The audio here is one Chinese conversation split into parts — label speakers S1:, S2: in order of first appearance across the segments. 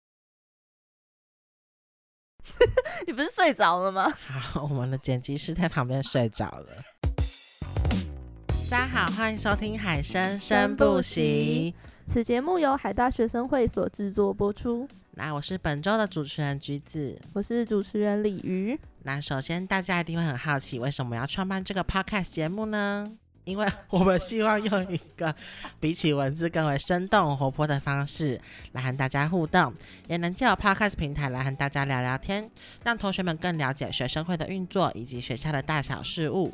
S1: 你不是睡着了吗？
S2: 好，我们的剪辑师在旁边睡着了。大家好，欢迎收听《海生生不息》。
S1: 此节目由海大学生会所制作播出，
S2: 那我是本周的主持人橘子。
S1: 我是主持人李瑜。
S2: 那首先，大家一定会很好奇，为什么要创办这个 podcast 节目呢？因为我们希望用一个比起文字更为生动活泼的方式来和大家互动，也能借由 podcast 平台来和大家聊聊天，让同学们更了解学生会的运作以及学校的大小事务。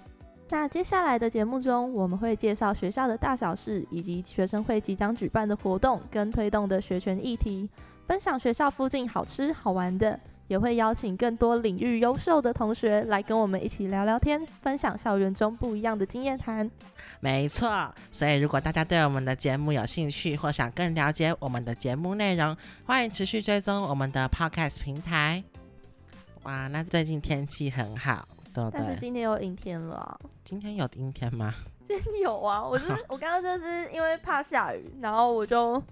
S1: 那接下来的节目中，我们会介绍学校的大小事，以及学生会即将举办的活动跟推动的学权议题，分享学校附近好吃好玩的，也会邀请更多领域优秀的同学来跟我们一起聊聊天，分享校园中不一样的经验谈。
S2: 没错，所以如果大家对我们的节目有兴趣，或想更了解我们的节目内容，欢迎持续追踪我们的 Podcast 平台。哇，那最近天气很好，对不
S1: 但是
S2: 对？
S1: 今天有阴天了啊、
S2: 今天有阴天吗？
S1: 今天有啊，我 就是我刚刚就是因为怕下雨，然后我就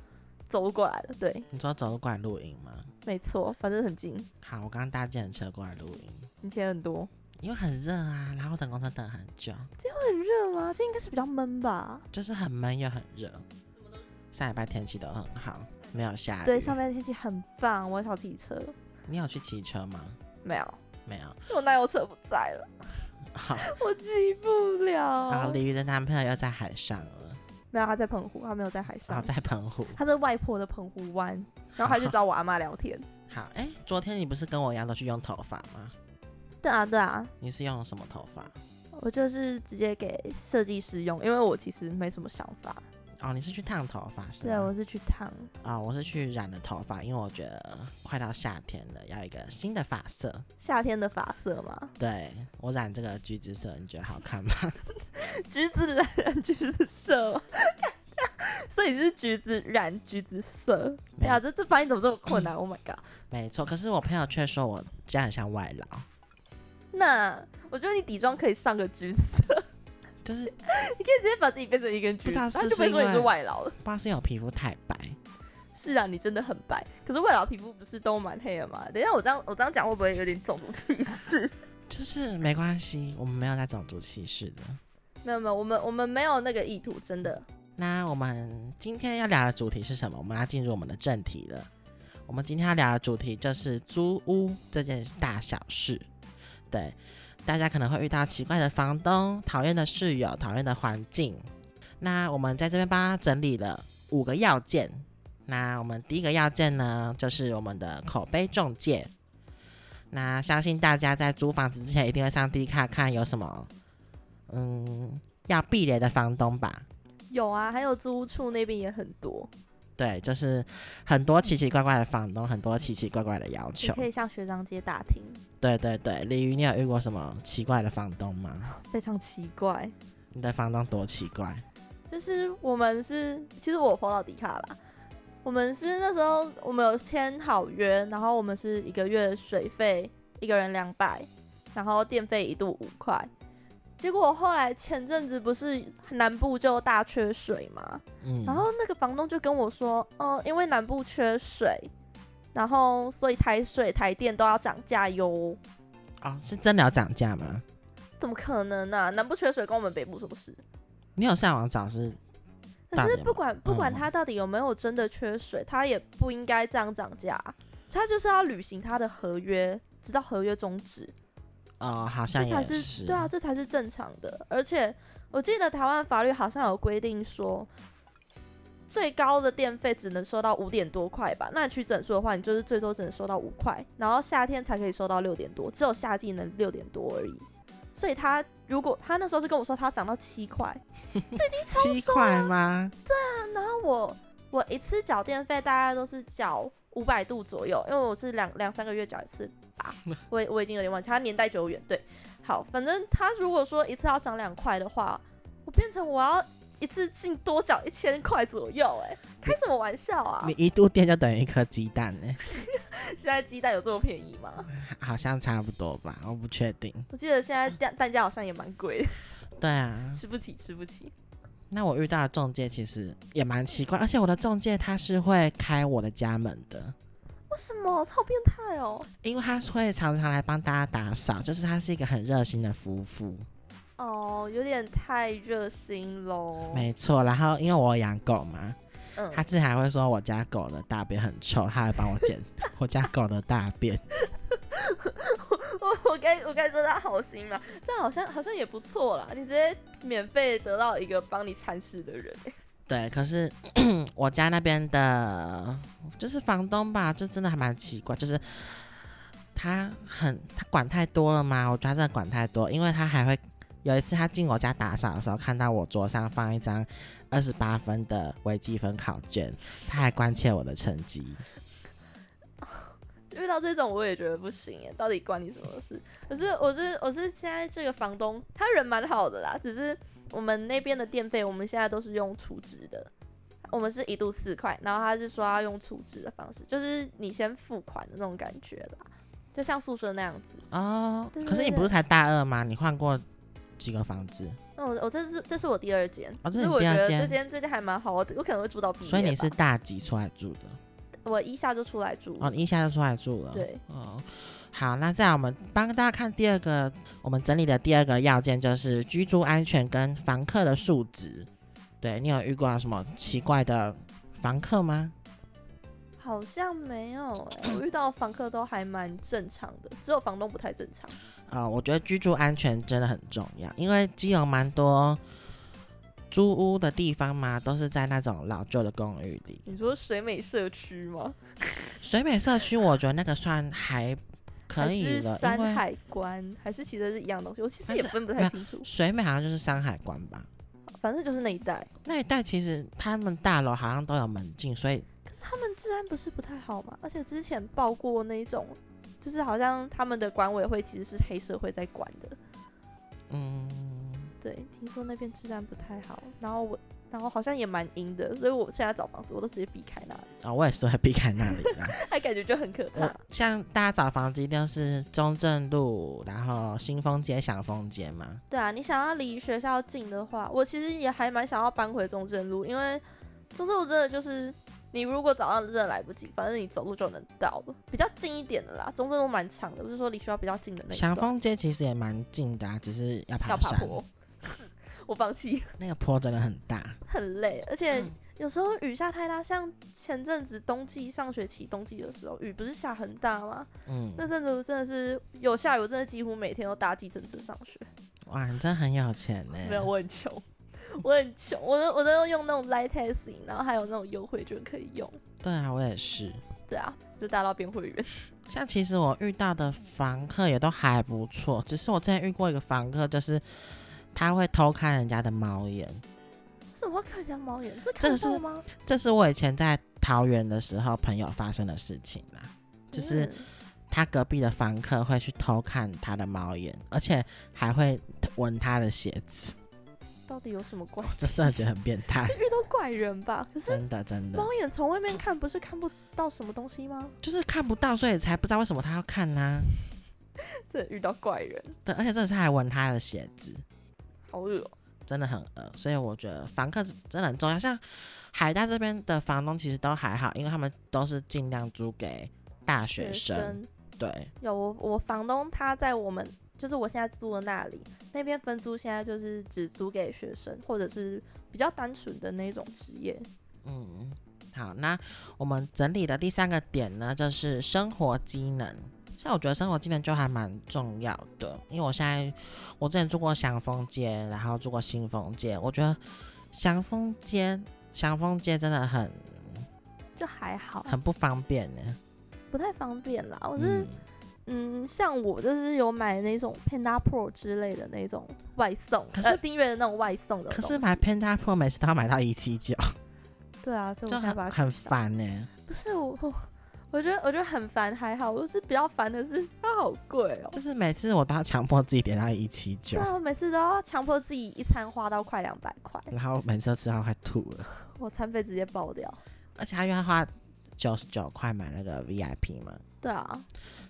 S1: 走过来了。对，
S2: 你说走过来录音吗？
S1: 没错，反正很近，
S2: 好，我刚刚搭计程车过来录音，
S1: 你钱很多。
S2: 因为很热啊，然后等公车等很久，
S1: 很热吗？这应该是比较闷吧？
S2: 就是很闷又很热。下礼拜天气都很好，没有下雨。
S1: 对，上面的天气很棒，我想骑车。
S2: 你有去骑车吗？
S1: 没有，
S2: 没有。
S1: 我奶油车不在了，
S2: 好，
S1: 我骑不
S2: 然后
S1: 了。
S2: 李宇的男朋友又在海上了，
S1: 没有，他在澎湖，他没啊有在海
S2: 然
S1: 上，
S2: 后在澎湖。
S1: 他在外婆的澎湖湾，然后还去找我阿妈聊天。
S2: 好，哎、昨天你不是跟我一样都去用头发吗？
S1: 对啊，对啊，
S2: 你是用什么头发？
S1: 我就是直接给设计师用，因为我其实没什么想法。
S2: 哦，你是去烫头发是
S1: 对，我
S2: 吗？
S1: 是去烫。
S2: 啊、我是去染了头发，因为我觉得快到夏天了，要一个新的发色。
S1: 夏天的发色 嘛，
S2: 对我染这个橘子色，你觉得好看 吗？
S1: 橘子染橘子色， 所以你是橘子染橘子色。
S2: 没
S1: 哎呀，这这翻译怎么这么困难？Oh my god！
S2: 没错，可是我朋友却说我这样很像外劳，
S1: 那我觉得你底妆可以上个橘子色，
S2: 就是
S1: 你可以直 接把自己变成一根橘
S2: 不知
S1: 子，
S2: 道
S1: 他
S2: 是
S1: 就
S2: 不
S1: 不
S2: 是
S1: 会说
S2: 因
S1: 你是
S2: 为
S1: 外劳了。
S2: 不知道是有皮肤太白，
S1: 是啊，你真的很白，可是外劳皮肤不是都蛮黑的吗？等一下我这样我这样讲会不会有点种族歧视？
S2: 就是没关系，我们没有在种族歧视的。
S1: 没有没有，我们我们没有那个意图，真的。
S2: 那我们今天要聊的主题是什么？我们要进入我们的正题了。我们今天要聊的主题就是租屋这件大小事。对，大家可能会遇到奇怪的房东、讨厌的室友、讨厌的环境。那我们在这边帮他整理了五个要件。那我们第一个要件呢，就是我们的口碑中介。那相信大家在租房子之前，一定会上 D 卡看有什么，嗯，要避雷的房东吧。
S1: 有啊，还有租屋处那边也很多，
S2: 对，就是很多奇奇怪怪的房东，很多奇奇怪怪的要
S1: 你
S2: 求。
S1: 可以向学长街打听，
S2: 对对对，鲤鱼，你有遇过什么奇怪的房东吗？
S1: 非常奇怪。
S2: 你的房东多奇怪？
S1: 就是我们是，其实我有 p 到迪卡啦。我们是那时候我们有签好约，然后我们是一个月水费一个人两百，然后电费一度五块。结果后来前阵子不是南部就大缺水嘛，
S2: 嗯，
S1: 然后那个房东就跟我说，嗯、因为南部缺水，然后所以台水台电都要涨价哟。
S2: 哦，是真的有涨价吗？
S1: 怎么可能呢、南部缺水跟我们北部什么事？
S2: 你有上网找是？
S1: 可
S2: 大
S1: 是
S2: 联
S1: 不
S2: 盟
S1: 管不管
S2: 嗯
S1: 他到底有没有真的缺水，他也不应该这样涨价，啊他就是要履行他的合约，直到合约终止，
S2: 哦，好
S1: 这
S2: 像
S1: 才
S2: 也
S1: 是对啊，这才是正常的。而且我记得台湾法律好像有规定说，最高的电费只能收到五点多块吧？那你去整数的话，你就是最多只能收到五块，然后夏天才可以收到六点多，只有夏季能六点多而已。所以他如果他那时候是跟我说他涨到七块，
S2: 七块吗？
S1: 我我一次缴电费大概都是缴五百度左右，因为我是两两三个月缴一次吧，我也我已经有点忘记，它年代久远。对，好，反正他如果说一次要涨两块的话，我变成我要一次性多缴一千块左右、哎，开什么玩笑啊
S2: 你！一度电就等于一颗鸡蛋呢、
S1: 现在鸡蛋有这么便宜吗？
S2: 好像差不多吧，我不确定。
S1: 我记得现在蛋蛋价好像也蛮贵的，
S2: 对啊，
S1: 吃不起，吃不起。
S2: 那我遇到的中介其实也蛮奇怪，而且我的中介他是会开我的家门的。
S1: 为什么？超变态哦！
S2: 因为他会常常来帮大家打扫，就是他是一个很热心的夫妇，
S1: 哦，有点太热心喽。
S2: 没错。然后因为我有养狗嘛，
S1: 嗯，
S2: 他之前还会说我家狗的大便很臭，他还帮我捡我家狗的大便。
S1: 我我该我该说他好心嘛，这样好像好像也不错啦。你直接免费得到一个帮你铲屎的人、
S2: 对，可是我家那边的，就是房东吧，就真的还蛮奇怪，就是他很他管太多了嘛，我觉得他真的管太多，因为他还会有一次他进我家打扫的时候，看到我桌上放一张二十八分的微积分考卷，他还关切我的成绩。
S1: 遇到这种我也觉得不行哎，到底关你什么事？可是我是我是现在这个房东，他人蛮好的啦，只是我们那边的电费我们现在都是用储值的，我们是一度四块，然后他是说要用储值的方式，就是你先付款的那种感觉啦，就像宿舍那样子。
S2: 哦
S1: 对，
S2: 可是你
S1: 对
S2: 不是才大二吗？你换过几个房子？
S1: 那我我这是这是我第二间，
S2: 哦
S1: 可
S2: 这是
S1: 是
S2: 你
S1: 我
S2: 第
S1: 觉
S2: 二
S1: 得
S2: 间
S1: 这间这间还蛮好，我我可能会住到毕业吧。
S2: 所以你是大几出来住的？
S1: 我一下就出来住，
S2: 哦，你一下就出来住了。
S1: 对，
S2: 哦，好，那再来我们帮大家看第二个，我们整理的第二个要件就是居住安全跟房客的素质。对你有遇过什么奇怪的房客吗？
S1: 好像没有哎、我遇到房客都还蛮正常的，只有房东不太正常。
S2: 呃，我觉得居住安全真的很重要，因为基隆蛮多租屋的地方嘛，都是在那种老旧的公寓里。
S1: 你说水美社区吗？
S2: 水美社区，我觉得那个算还可以
S1: 还是
S2: 了，因
S1: 山
S2: 为
S1: 海关还是其实是一样东西，我其实
S2: 但
S1: 也
S2: 是哎
S1: 分不
S2: 没
S1: 太
S2: 有
S1: 清楚，
S2: 水美好像就是山海关吧。
S1: 反正就是那一带。
S2: 那一带其实他们大楼好像都有门禁，所以
S1: 可是他们治安不是不太好嘛？而且之前报过那一种，就是好像他们的管委会其实是黑社会在管的。
S2: 嗯，
S1: 对，听说那边治安不太好，然后我，然后好像也蛮阴的，所以我现在找房子我都直接避开那里，
S2: 啊、我也是会避开那里 啦。
S1: 还感觉就很可怕
S2: 我。像大家找房子一定是中正路，然后新丰街、小丰街嘛。
S1: 对啊，你想要离学校近的话，我其实也还蛮想要搬回中正路，因为中正路真的就是你如果早上真的来不及，反正你走路就能到了，比较近一点的啦。中正路蛮长的，不是说离学校比较近的那一
S2: 小
S1: 段。
S2: 丰街其实也蛮近的、啊，只是要爬
S1: 要爬
S2: 山，
S1: 坡， 我放弃，
S2: 那个坡真的很大。
S1: 很累，而且
S2: 嗯
S1: 有时候雨下太大，像前阵子冬季上学期冬季的时候，雨不是下很大吗？
S2: 嗯，
S1: 那阵子我真的是有下雨，我真的几乎每天都搭计程车上学。
S2: 哇，你真的很有钱呢、
S1: 没有，我很穷，我很穷，我都我都用那种 Light Taxi，然后还有那种优惠券可以用。
S2: 对啊，我也是。
S1: 对啊，就大到变会员。
S2: 像其实我遇到的房客也都还不错，只是我之前遇过一个房客，就是他会偷看人家的猫眼。
S1: 什么看人家猫眼？这
S2: 这
S1: 看
S2: 个
S1: 得
S2: 是
S1: 到吗？
S2: 这是我以前在桃园的时候朋友发生的事情啦，就是
S1: 嗯
S2: 他隔壁的房客会去偷看他的猫眼，而且还会闻他的鞋子，
S1: 到底有什么怪
S2: 我？真的觉得很变 态
S1: ，遇到怪人吧？可是
S2: 真的真的
S1: 猫眼从外面看不是看不到什么东西 吗？
S2: 就是看不到，所以才不知道为什么他要看呢、
S1: 这遇到怪人，
S2: 对，而且这次还闻他的鞋子，
S1: 好恶哦、
S2: 真的很恶，所以我觉得房客真的很重要。像海大这边的房东其实都还好，因为他们都是尽量租给大学生，对，
S1: 有我，我房东他在我们就是我现在住的那里，那边分租现在就是只租给学生或者是比较单纯的那种职业。
S2: 嗯，好，那我们整理的第三个点呢，就是生活机能。像我觉得生活机能就还蛮重要的，因为我现在我之前住过祥丰街，然后住过新丰街，我觉得祥丰街祥丰街真的很
S1: 就还好，
S2: 很不方便呢。
S1: 不太方便啦。我是
S2: 嗯，
S1: 嗯像我就是有买那种 Panda Pro 之类的那种外送，
S2: 可是
S1: 呃订阅的那种外送的东
S2: 可
S1: 西。
S2: 是买 Panda Pro 每次都要买到一七九，
S1: 对啊，所以
S2: 就
S1: 我才把
S2: 很
S1: 它
S2: 很
S1: 取消。
S2: 烦呢。
S1: 不是我，我我觉得我觉得很烦，还好，我是比较烦的是它好贵哦、
S2: 就是啊每次我都要强迫自己点到一七
S1: 对
S2: 九，
S1: 啊，我每次都要强迫自己一餐花到快两百块，
S2: 然后每次都吃到快吐了。
S1: 我餐费直接爆掉。
S2: 而且他愿意花九十九块买那个 VIP 嘛，
S1: 对啊，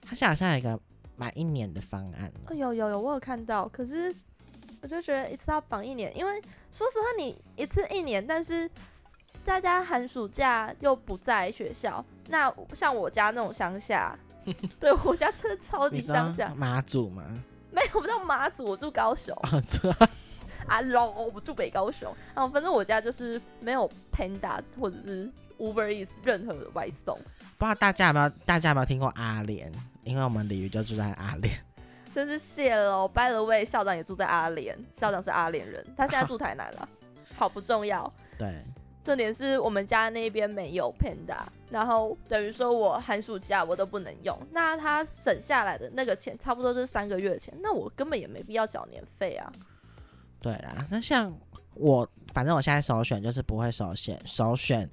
S2: 他现在好像有一个买一年的方案了，
S1: 哦有有有，我有看到，可是我就觉得一次要绑一年，因为说实话，你一次一年，但是大家寒暑假又不在学校，那像我家那种乡下，对我家真的超级
S2: 你知
S1: 乡
S2: 道
S1: 下，
S2: 马祖吗？
S1: 没有，我不到马祖，我住高雄
S2: 哦，这
S1: 啊，老我住北高雄，啊，反正我家就是没有 Panda 或者是 Uber Eats 任何的外送，
S2: 不知道大家有没有大家有没有听过阿莲？因为我们鲤鱼就住在阿莲，
S1: 真是谢喽。By the way，校长也住在阿联，校长是阿联人，他现在住台南了，好不重要。
S2: 对，
S1: 重点是我们家那边没有 Panda，然后等于说我寒暑假我都不能用，那他省下来的那个钱差不多就是三个月的钱，那我根本也没必要缴年费啊。
S2: 对啦，那像我，反正我现在首选就是不会首选首选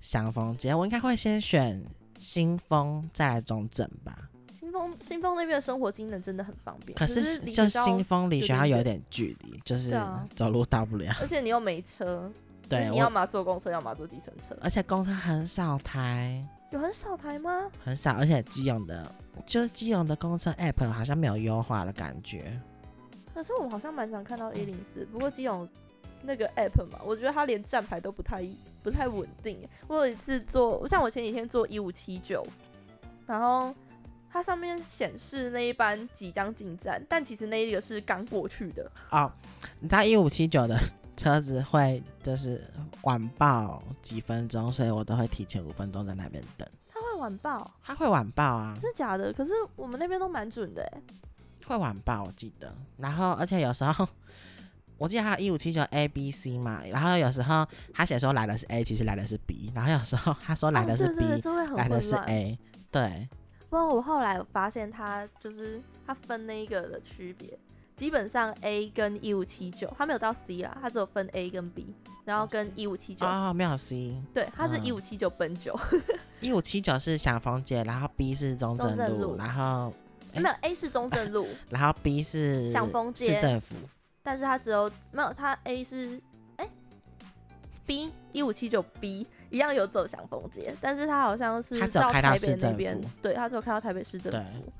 S2: 祥丰街，我应该会先选新丰，再来中正吧。
S1: 新丰新丰那边的生活机能真的很方便，
S2: 可
S1: 是
S2: 是
S1: 离
S2: 就
S1: 学校
S2: 新丰离
S1: 有
S2: 学校
S1: 点
S2: 有
S1: 远
S2: 点距离，就是
S1: 是啊
S2: 走路到不了。
S1: 而且你又没车，就
S2: 对，
S1: 是
S2: 我
S1: 你要么坐公车，要么坐计程车，
S2: 而且公车很少台，
S1: 有很少台吗？
S2: 很少，而且基隆的，就是基隆的公车 app 好像没有优化的感觉。
S1: 可是我好像蛮常看到一零四，不过基隆那个 app 嘛，我觉得它连站牌都不太不太稳定。我有一次坐，像我前几天坐一五七九，然后它上面显示那一班即将进站，但其实那一个是刚过去的，
S2: 哦，你知道一五七九的 车子会就是晚报几分钟，所以我都会提前五分钟在那边等。
S1: 它会晚报，
S2: 它会晚报啊，
S1: 真的假的？可是我们那边都蛮准的哎、
S2: 会晚报，我记得。然后而且有时候。我记得还有一五七九 A B C 嘛，然后有时候他写说来的是 A，其实来的是 B，然后有时候他说来的是
S1: 哦、对
S2: B，、
S1: 对对，这会很
S2: 来
S1: 混
S2: 的是
S1: 乱。
S2: A，对，
S1: 不过我后来有发现它就是它分那一个的区别，基本上 A 跟一五七九，它没有到 C 啦，它只有分 A 跟 B，然后跟一五七九，
S2: 哦，没有 C，
S1: 对，它是
S2: 嗯
S1: 一五七九奔九，
S2: 一五七九是祥丰街，然后 B 是中
S1: 中
S2: 正
S1: 正
S2: 路，
S1: 路
S2: 然后哎
S1: 没有 A 是中正路，
S2: 然后 B 是
S1: 祥丰街
S2: 市政府，
S1: 但是它只有没有它 A 是哎、B 一五七九 B 一样有走祥丰街，但是它好像是
S2: 它只有
S1: 到
S2: 开到
S1: 台
S2: 市
S1: 北那
S2: 政
S1: 边
S2: 府，
S1: 对，它只有开到台北市政
S2: 对
S1: 府。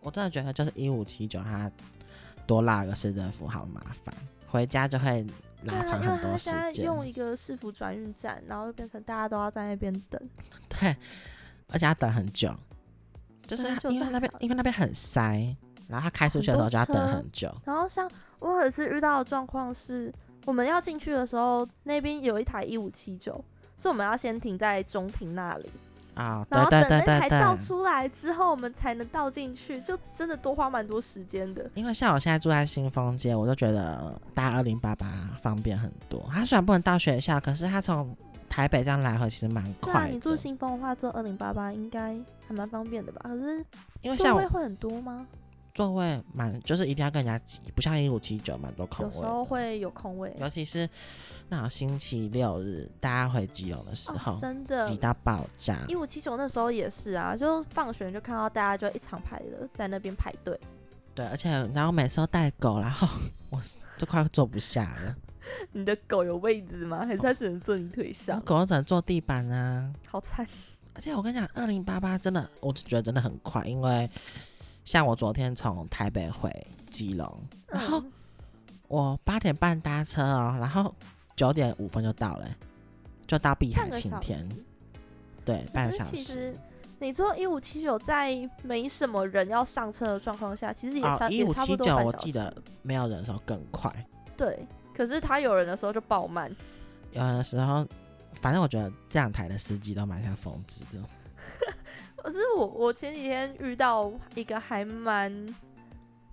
S2: 我真的觉得就是一五七九，它多拉个市政府好麻烦，回家就会
S1: 对
S2: 拉
S1: 啊，
S2: 长
S1: 因为
S2: 很
S1: 它
S2: 多时
S1: 现在
S2: 间。
S1: 用一个市府转运站，然后就变成大家都要在那边等。
S2: 对，而且要等很久，就是
S1: 等很
S2: 它
S1: 久
S2: 因为
S1: 啊是
S2: 那边
S1: 还好
S2: 因为那边很塞，然后它开出
S1: 很
S2: 去的时
S1: 多
S2: 候就要等
S1: 车
S2: 很久。
S1: 然后像我有一次遇到的状况是，我们要进去的时候，那边有一台一五七九，所以我们要先停在中庭那里，
S2: 啊、对
S1: 然后
S2: 对
S1: 等
S2: 对对
S1: 那台倒
S2: 对，
S1: 出来之后，我们才能倒进去，就真的多花蛮多时间的。
S2: 因为像我现在住在新丰街，我就觉得搭二零八八方便很多。它虽然不能到学校，可是它从台北这样来回其实蛮
S1: 对啊，
S2: 快
S1: 你
S2: 的
S1: 住。新丰的话，坐二零八八应该还蛮方便的吧？可是
S2: 因为像
S1: 座位
S2: 我
S1: 会很多吗？
S2: 座位蛮，就是一定要跟人家挤，不像一五七九蛮多空
S1: 有
S2: 位的。
S1: 时候会有空位。哦
S2: 尤其是那种星期六日大家回基隆的时候
S1: 哦，，真的
S2: 挤，到爆炸
S1: 一。五七九那时候也是啊，就放学就看到大家就一长排的在那边排队。
S2: 对，而且然后每次都带狗，然后我就快坐不下了，
S1: 你的狗有位置吗？还是它只能坐你腿
S2: 然
S1: 上
S2: 后？狗只能坐地板啊。
S1: 好惨。
S2: 而且我跟你讲，二零八八真的，我就觉得真的很快，因为像我昨天从台北回基隆， 然后
S1: 嗯
S2: 我八点半搭车哦，然后九点五分就到了欸、就到碧海
S1: 半个
S2: 晴
S1: 小时
S2: 天，，对，半个
S1: 可是
S2: 小时。
S1: 其实你坐一五七九，在没什么人要上车的状况下，其实也
S2: 哦
S1: 差、也差不多
S2: 1579
S1: 半
S2: 我
S1: 小
S2: 记
S1: 时
S2: 得没有人的时候更快，
S1: 对。可是他有人的时候就爆慢，
S2: 有的时候，反正我觉得这两台的司机都蛮像疯子的。
S1: 可是我我前几天遇到一个还蛮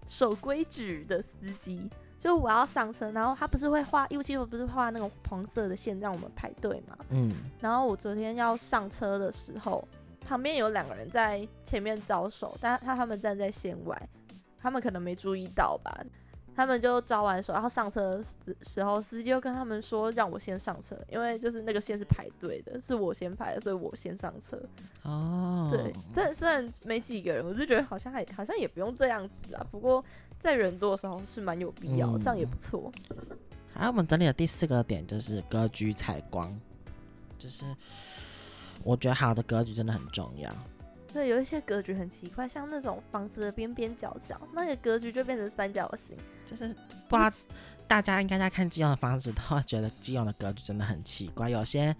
S1: 守规矩的司机，就我要上车，然后他不是会画一五七九，不是画那种黄色的线让我们排队嘛？
S2: 嗯，
S1: 然后我昨天要上车的时候，旁边有两个人在前面招手，但他他们站在线外，他们可能没注意到吧。他们就招完手，然后上车的时时候，司机就跟他们说让我先上车，因为就是那个线是排队的，是我先排的，所以我先上车。
S2: 哦，
S1: 对，但虽然没几个人，我就觉得好像还好像也不用这样子啊。不过在人多的时候是蛮有必要，
S2: 嗯
S1: 这样也不错。
S2: 还有我们整理的第四个点就是格局采光，就是我觉得好的格局真的很重要。
S1: 对，有一些格局很奇怪，像那种房子的边边角角，那个格局就变成三角形。
S2: 就是不知道大家应该在看基隆的房子，都会觉得基隆的格局真的很奇怪，有些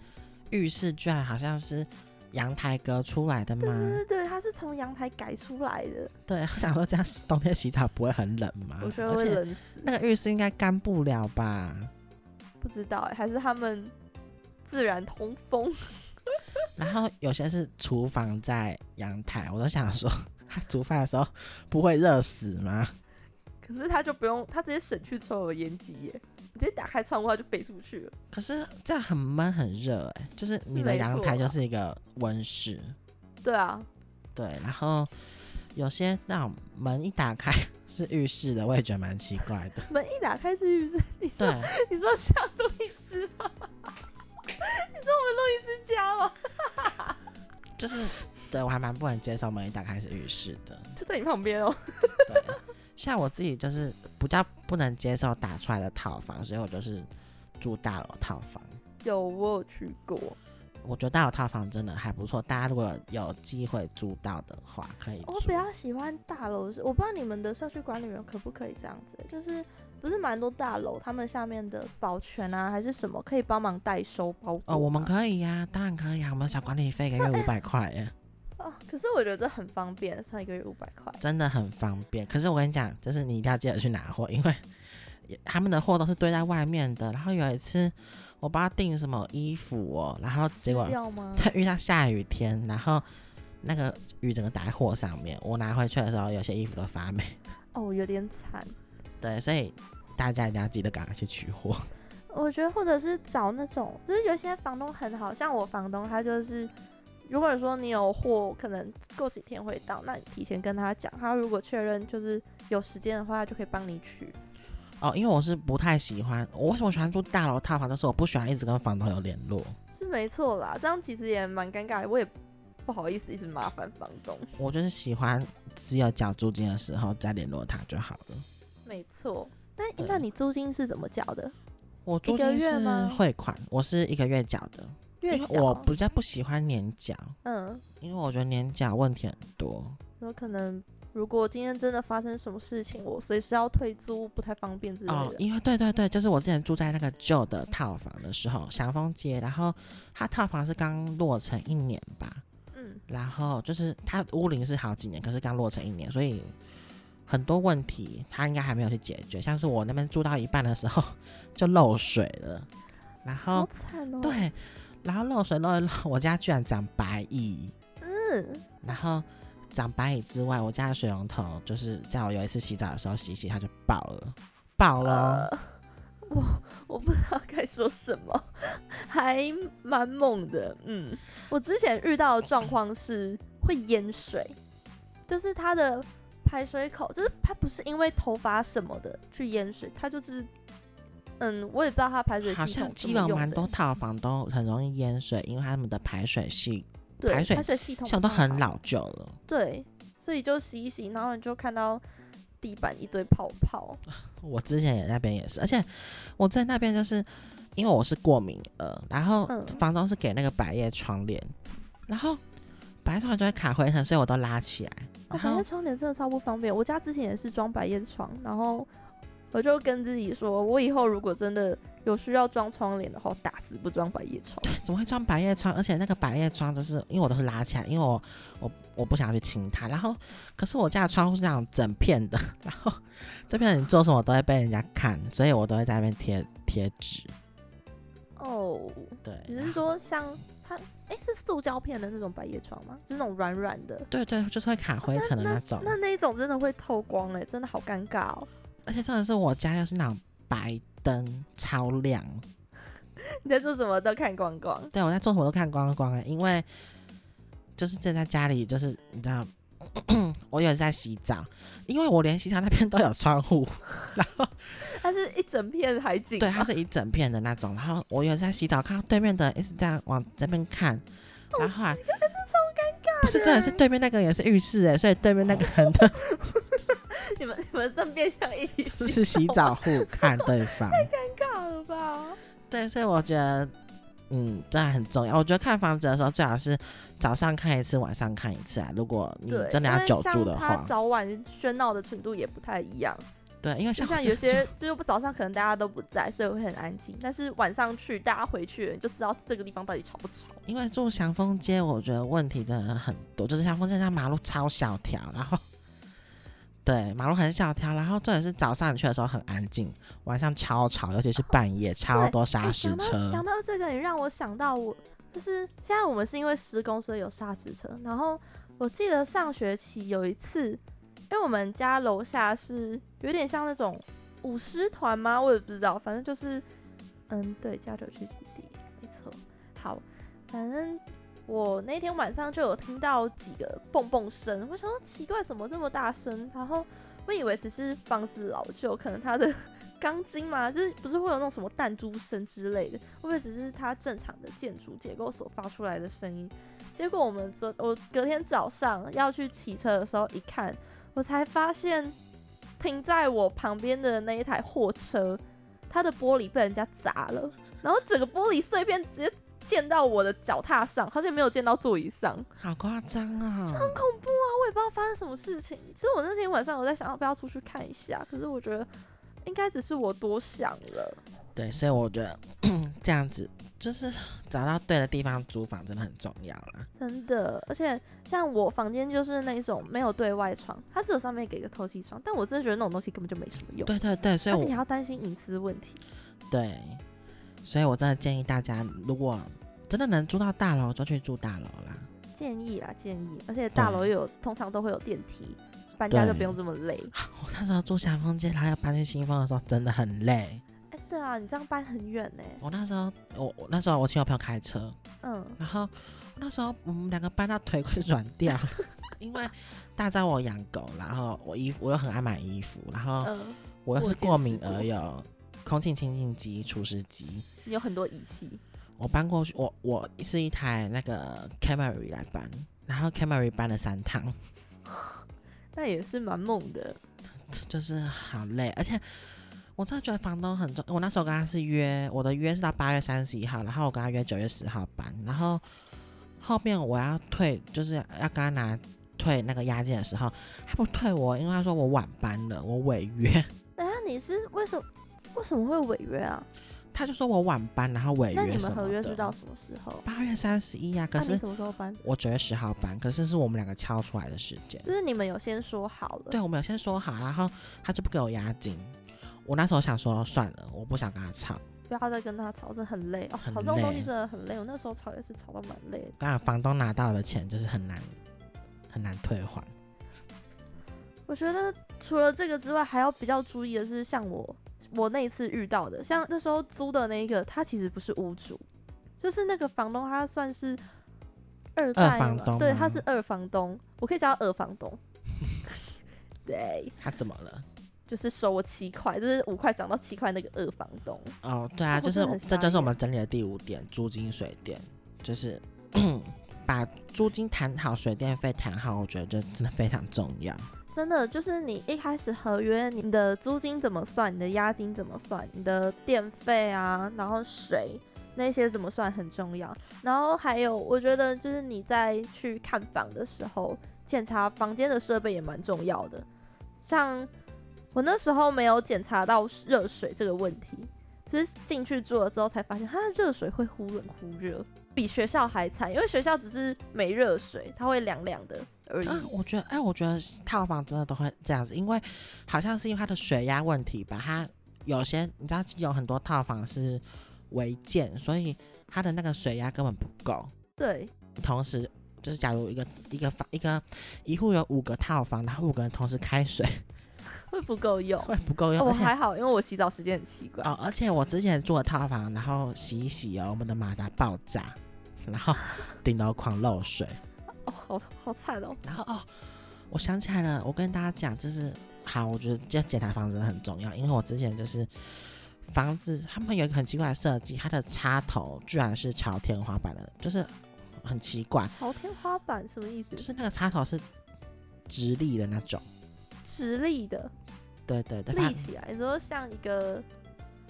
S2: 浴室居然好像是阳台隔出来的
S1: 对
S2: 吗？
S1: 对对，它是从阳台改出来的，
S2: 对，我想说这样冬天洗澡不会很冷吗？
S1: 我觉
S2: 啊
S1: 得
S2: 而
S1: 会
S2: 且
S1: 冷死。
S2: 那个浴室应该干不了吧？
S1: 不知道欸、还是他们自然通风，
S2: 然后有些是厨房在阳台，我都想说， 他煮饭的时候不会热死吗？
S1: 可是它就不用，它直接省去抽油烟机耶，你直接打开窗户它就飞出去了。
S2: 可是这样很闷很热哎、就是你的
S1: 没
S2: 阳
S1: 错
S2: 台
S1: 啊
S2: 就是一个温室，
S1: 对啊，
S2: 对，然后有些那种门一打开是浴室的，我也觉得蛮奇怪的。
S1: 门一打开是浴室，你说
S2: 对，
S1: 你说像路易斯吗？ 你说我们路易斯家吗？
S2: 就是对我还蛮不能接受门一打开是浴室的。
S1: 就在你旁边哦。
S2: 对，像我自己就是比较不能接受打出来的套房，所以我就是住大楼套房。
S1: 有，我有去过。
S2: 我觉得大楼套房真的还不错，大家如果有机会租到的话，可以
S1: 哦我
S2: 住
S1: 比较喜欢大楼是，我不知道你们的社区管理员可不可以这样子，就是不是蛮多大楼他们下面的保全啊还是什么可以帮忙代收包裹
S2: 哦，我们
S1: 吗
S2: 可以呀、当然可以啊，我们小管理费一个月五百块耶，
S1: 啊、可是我觉得这很方便，算一个月五百块。
S2: 真的很方便。可是我跟你讲，就是你一定要记得去拿货，因 为也他们的货都是堆在外面的。然后有一次我不知道订什么衣服哦，然后结
S1: 吃
S2: 果
S1: 掉吗？
S2: 他遇到下雨天，然后那个雨整个打在货上面，我拿回去的时候有些衣服都发霉。
S1: 哦，有点惨。
S2: 对，所以大家一定要记得赶快去取货。
S1: 我觉得或者是找那种，就是有些房东很好，像我房东他就是，如果说你有货，可能过几天会到，那你提前跟他讲，他如果确认就是有时间的话，他就可以帮你取。
S2: 哦，因为我是不太喜欢，我为什么喜欢住大楼套房？就是我不喜欢一直跟房东有联络。
S1: 是没错啦，这样其实也蛮尴尬的，我也不好意思一直麻烦房东。
S2: 我就是喜欢只有缴租金的时候再联络他就好了。
S1: 没错，那
S2: 对
S1: 那你租金是怎么缴的？
S2: 我租
S1: 一个
S2: 金
S1: 月
S2: 是
S1: 吗
S2: 汇款，我是一个月缴的，因
S1: 月
S2: 为
S1: 缴？哦
S2: 我比较不喜欢年缴，
S1: 嗯，
S2: 因为我觉得年缴问题很多。
S1: 有可能如果今天真的发生什么事情，我随时要退租，不太方便之类的。嗯
S2: 哦，因为对对对，就是我之前住在那个旧的套房的时候，祥丰街，然后它套房是刚落成一年吧，
S1: 嗯，
S2: 然后就是它屋龄是好几年，可是刚落成一年，所以很多问题它应该还没有去解决。像是我那边住到一半的时候 就漏水了，然后
S1: 好惨哦。，
S2: 啊对，然后漏水漏一漏，我家居然长白蚁，
S1: 嗯，
S2: 然后长白蚁之外，我家的水龙头就是在我有一次洗澡的时候洗一洗它就爆了，爆了哦。
S1: 呃，我我不知道 该说什么，还蛮猛的。嗯，我之前遇到的状况是会淹水，就是它的排水口，就是它不是因为头发什么的去淹水，它就是。嗯，我也不知道它排水
S2: 好
S1: 系统
S2: 像
S1: 怎
S2: 基
S1: 么
S2: 本
S1: 用
S2: 蛮
S1: 的
S2: 多套房都很容易淹水，因为他们的排水系
S1: 对
S2: 排水
S1: 系统
S2: 系统都
S1: 不太
S2: 很
S1: 好，
S2: 老旧了。
S1: 对，所以就洗一洗，然后你就看到地板一堆泡泡，
S2: 哦我之前也那边也是，而且我在那边就是因为我是过敏儿，然后
S1: 嗯
S2: 房东是给那个百叶窗帘，然后百叶窗帘就会卡灰尘，所以我都拉起来。
S1: 哦，
S2: 然
S1: 百
S2: 后
S1: 叶窗帘真的超不方便。我家之前也是装百叶窗，然后我就跟自己说，我以后如果真的有需要装窗帘的话，我打死不装百叶窗。
S2: 怎么会装百叶窗？而且那个百叶窗就是因为我都是拉起来，因为我我我不想要去清它。然后可是我家的窗户是那种整片的， 然后这片你做什么都会被人家看，所以我都会在那边贴贴纸。
S1: 哦，
S2: 对，
S1: 你
S2: 然
S1: 是
S2: 后
S1: 说像它？哎、是塑胶片的那种百叶窗吗？就是那种软软的。
S2: 对对，就是会卡灰尘的那种。
S1: 那那一种真的会透光哎、真的好尴尬哦！
S2: 而且真的是我家又是那种白灯，超亮。
S1: 你在做什么都看光光，
S2: 对我在做什么都看光光啊，因为就是正在家里，就是你知道， 我有在洗澡，因为我连洗澡那边都有窗户，然后
S1: 它是一整片海景。
S2: 对，它是一整片的那种。然后我有在洗澡，看到对面的一直这样往这边看，
S1: 好
S2: 然后啊
S1: 奇，怪，这超尴尬。
S2: 不是重点是对面那个也是浴室哎、所以对面那个人的
S1: 你们你们正变相一起洗，
S2: 就是洗
S1: 好
S2: 澡户看对方。
S1: 尴尬了吧？
S2: 对，所以我觉得嗯，这很重要。我觉得看房子的时候，最好是早上看一次，晚上看一次啊。如果你
S1: 对，
S2: 真的
S1: 因
S2: 要
S1: 为
S2: 久
S1: 像
S2: 住的
S1: 它
S2: 话，
S1: 早晚喧闹的程度也不太一样。
S2: 对，因为
S1: 就
S2: 像
S1: 像
S2: 我
S1: 有
S2: 现在
S1: 些就是早上可能大家都不在，所以会很安静。但是晚上去，大家回去了，你就知道这个地方到底吵不吵。
S2: 因为住祥丰街，我觉得问题真的很多，就是祥丰街它马路超小条，然后对马路很小条，然后重点是早上你去的时候很安静，晚上超吵，尤其是半夜超
S1: 对
S2: 多
S1: 哎
S2: 砂石
S1: 讲到
S2: 车。
S1: 讲到这个，你让我想到我，就是现在我们是因为施工所以有砂石车。然后我记得上学期有一次，因为我们家楼下是有点像那种舞狮团吗？我也不知道，反正就是，嗯，对，家酒聚集地，没错。好，反正我那天晚上就有听到几个蹦蹦声，我想说奇怪，怎么这么大声？然后我以为只是房子老旧，可能它的 钢筋嘛，就是不是会有那种什么弹珠声之类的，会不会只是它正常的建筑结构所发出来的声音？结果我们昨我隔天早上要去骑车的时候，一看我才发现停在我旁边的那一台货车，它的玻璃被人家砸了，然后整个玻璃碎片直接溅到我的脚踏上，好像没有溅到座椅上。
S2: 好夸张啊！
S1: 很恐怖啊！我也不知道发生什么事情。其实我那天晚上我在想要不要出去看一下，可是我觉得应该只是我多想了。
S2: 对，所以我觉得嗯这样子就是找到对的地方租房真的很重要啦。
S1: 真的，而且像我房间就是那种没有对外窗，它只有上面给个透气窗，但我真的觉得那种东西根本就没什么用，
S2: 对对对，所以
S1: 而且
S2: 我
S1: 你还要担心隐私问题。
S2: 对，所以我真的建议大家，如果真的能租到大楼，就去住大楼啦。
S1: 建议啦，建议，而且大
S2: 对
S1: 楼又有通常都会有电梯，搬家就不
S2: 对
S1: 用这么 累。
S2: 我那时候住祥丰街，然后要搬去新丰的时候，真的很累。
S1: 哎、对啊，你这样搬很远呢、
S2: 我那时候，我我那时候我请我朋友开车，
S1: 嗯，
S2: 然后我那时候我们两个搬到腿快软掉了， 因为大家知道我养狗，然后我衣服我又很爱买衣服，然后
S1: 嗯，
S2: 我又
S1: 我
S2: 是
S1: 见
S2: 过
S1: 识
S2: 敏
S1: 过
S2: 而有空气清净机、除湿机，
S1: 你有很多仪器，
S2: 我搬过去，我我是一台那个 Camry 来搬，然后 Camry 搬了三趟，
S1: 那也是蛮猛的。
S2: 就是好累，而且我真的觉得房东很重。我那时候跟他是约，我的约是到八月三十一号，然后我跟他约九月十号搬，然后后面我要退，就是要跟他拿退那个押金的时候，他不退我，因为他说我晚搬了，我违约，
S1: 等一下你是为什么为什么会违约啊？
S2: 他就说我晚搬，然后违约
S1: 那你
S2: 什
S1: 们合
S2: 么
S1: 约
S2: 的
S1: 是到什么时候？
S2: 八月三十一啊，可
S1: 那你
S2: 是
S1: 什么时候搬？
S2: 我九月十号搬，可是是我们两个敲出来的时间。
S1: 就是你们有先说好了，
S2: 对，我们有先说好，然后他就不给我押金。我那时候想说算了，我不想跟他吵。
S1: 不要再跟他吵，真的很累哦。
S2: 很
S1: 吵这种东
S2: 累
S1: 西真的很累，我那时候吵也是吵到蛮累的。
S2: 当然，房东拿到的钱就是很难很难退还。
S1: 我觉得除了这个之外，还要比较注意的是，像我我那一次遇到的，像那时候租的那一个，他其实不是屋主，就是那个房东，他算是二代
S2: 房
S1: 嘛
S2: 东啊
S1: 对，
S2: 吗
S1: 他是二房东，我可以叫他二房 东。对，
S2: 他怎么了？
S1: 就是收我七块，就是五块涨到七块那个二房东。
S2: 哦，对啊，就
S1: 我
S2: 是
S1: 真的
S2: 我
S1: 很
S2: 这
S1: 傻
S2: 就是我
S1: 眼
S2: 们整理的第五点，租金水电，就是 把租金谈好，水电费谈好，我觉得这真的非常重要。
S1: 真的就是你一开始合约，你的租金怎么算，你的押金怎么算，你的电费啊，然后水那些怎么算很重要。然后还有，我觉得就是你在去看房的时候，检查房间的设备也蛮重要的。像我那时候没有检查到热水这个问题，只是进去住了之后才发现，它的热水会忽冷忽热，比学校还惨，因为学校只是没热水，它会凉凉的而已。
S2: 啊，我觉得，哎，我觉得套房真的都会这样子，因为好像是因为它的水压问题吧，它有些你知道有很多套房是违建，所以它的那个水压根本不够。
S1: 对，
S2: 同时，就是假如一个一个房一个一户有五个套房，然后五个人同时开水
S1: 会不够用。
S2: 会不够用，
S1: 哦我
S2: 而且
S1: 还好，因为我洗澡时间很奇怪。
S2: 哦，而且我之前住的套房，然后洗一洗哦，我们的马达爆炸， 然后顶楼狂漏水。
S1: 哦，好好惨哦。
S2: 然后哦，我想起来了，我跟大家讲，就是好，我觉得要检查房子真的很重要，因为我之前就是房子他们有一个很奇怪的设计，它的插头居然是朝天花板的，就是很奇怪，
S1: 朝天花板什么意
S2: 就
S1: 思？
S2: 是那个插头是直立的那种，
S1: 直立的，
S2: 对对对，它
S1: 立起来。你说像一个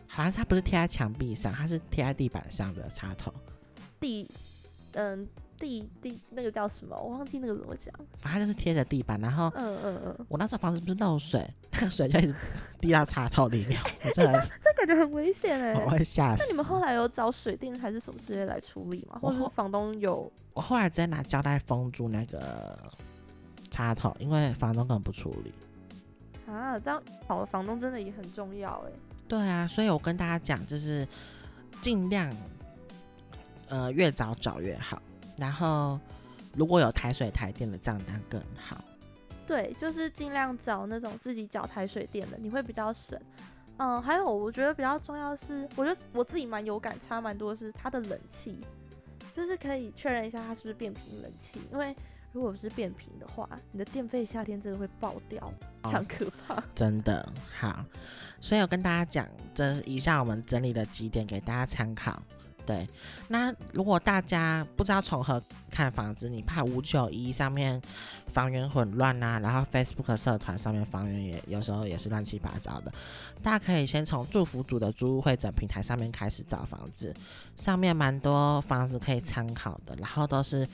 S2: 好像它不是贴在墙壁上，它是贴在地板上的插头，
S1: 地，嗯，地地那个叫什么？我忘记那个怎么讲。
S2: 反正它就是贴着地板，然后
S1: 嗯嗯嗯，
S2: 我那时候房子不是漏水， 那个水就一直滴到插头里 面，我真的
S1: 这感觉很危险哎、
S2: 我会吓
S1: 那你
S2: 死
S1: 们。后来有找水电还是什么之类来处理吗？
S2: 我
S1: 或者是
S2: 后
S1: 房东有？
S2: 我后来直接拿胶带封住那个插头，因为房东根本不处理。
S1: 啊，这样好的房东真的也很重要哎、
S2: 对啊，所以我跟大家讲，就是尽量呃越早找越好，然后如果有台水台电的账单更好。
S1: 对，就是尽量找那种自己缴台水电的，你会比较省。嗯，还有我觉得比较重要的是，我觉得我自己蛮有感，差蛮多的是它的冷气，就是可以确认一下它是不是变频冷气，因为如果是变频的话，你的电费夏天真的会爆掉，
S2: 哦
S1: 非常可怕。
S2: 真的好，所以我跟大家讲，这是以下我们整理的几点给大家参考。对，那如果大家不知道从何看房子，你怕五九一上面房源混乱呐、然后 Facebook 社团上面房源也有时候也是乱七八糟的，大家可以先从祝福组的租屋会整平台上面开始找房子，上面蛮多房子可以参考的，然后都是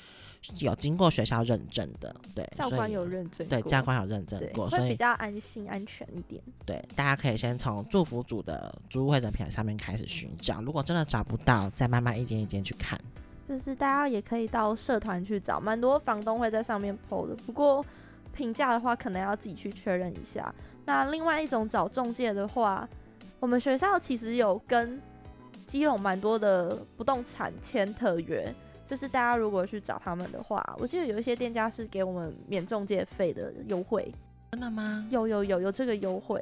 S2: 有经过学校认证的，对，
S1: 教
S2: 所
S1: 官
S2: 以
S1: 有认证过，
S2: 对教官有认证
S1: 对
S2: 过，所以
S1: 会比较安心安全一点。
S2: 对，大家可以先从祝福组的租屋会整平台上面开始寻找，如果真的找不到，再慢慢一间一间去看。
S1: 就是大家也可以到社团去找，蛮多房东会在上面 PO 的。不过评价的话，可能要自己去确认一下。那另外一种找中介的话，我们学校其实有跟基隆蛮多的不动产签特约，就是大家如果去找他们的话，我记得有一些店家是给我们免中介费的优惠，
S2: 真的吗？
S1: 有有有有这个优惠，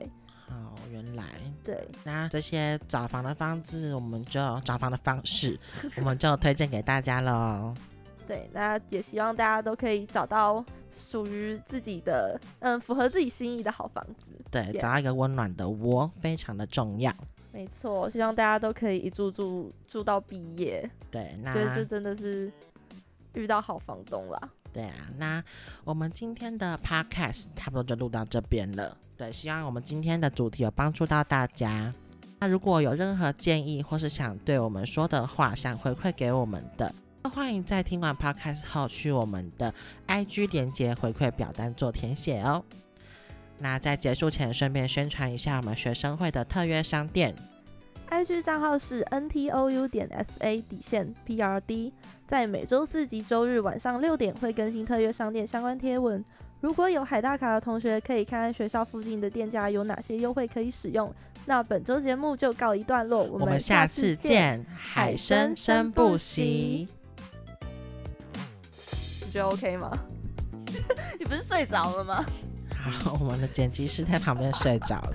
S2: 好，原来
S1: 对，
S2: 那这些找房的方式，我们就找房的方式，我们就推荐给大家喽。
S1: 对，那也希望大家都可以找到属于自己的，嗯，符合自己心意的好房子。
S2: 对，
S1: Yeah
S2: 找到一个温暖的窝非常的重要。
S1: 没错，希望大家都可以一住住住到毕业，
S2: 对，
S1: 觉得这
S2: 那
S1: 真的是遇到好房东啦。
S2: 对啊，那我们今天的 podcast 差不多就录到这边了。对，希望我们今天的主题有帮助到大家。那如果有任何建议或是想对我们说的话，想回馈给我们的，都欢迎在听完 podcast 后去我们的 IG 连接回馈表单做填写哦。那在结束前，顺便宣传一下我们学生会的特约商店。
S1: IG 账号是 ntou 点 sa 底线 prd，在每周四及周日晚上六点会更新特约商店相关贴文。如果有海大卡的同学，可以看看学校附近的店家有哪些优惠可以使用。那本周节目就告一段落，我
S2: 我们下次。见，海生生不息。
S1: 你觉得 OK 吗？你不是睡着了吗？
S2: 好，我们的剪辑师在旁边睡着了。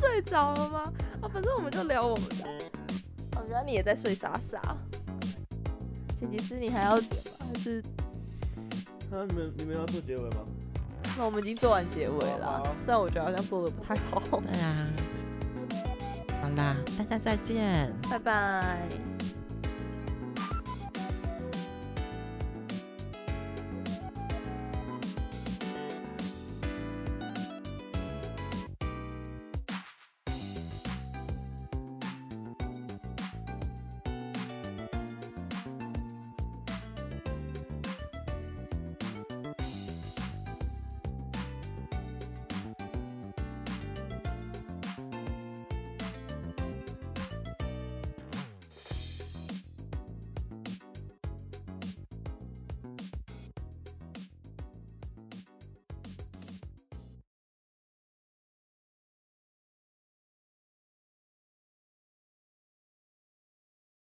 S1: 睡着了吗？啊，反正我们就聊我们的。哦，原来你也在睡傻傻。剪辑师，你还要剪吗？还是
S3: 那你们你们要做结尾吗？
S1: 那我们已经做完结尾了
S3: 好？
S1: 虽然我觉得好像做的不太好。
S2: 对啊。好啦，大家再见。
S1: 拜拜。